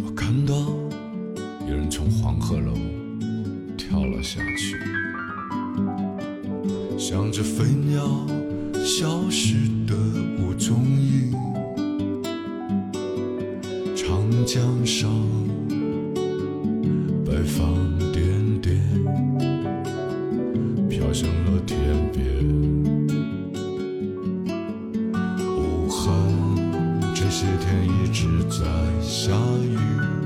F: 我看到有人从黄鹤楼跳了下去，像只飞鸟消失的无踪影。长江上，白帆点点，飘向了天边。武汉这些天一直在下雨。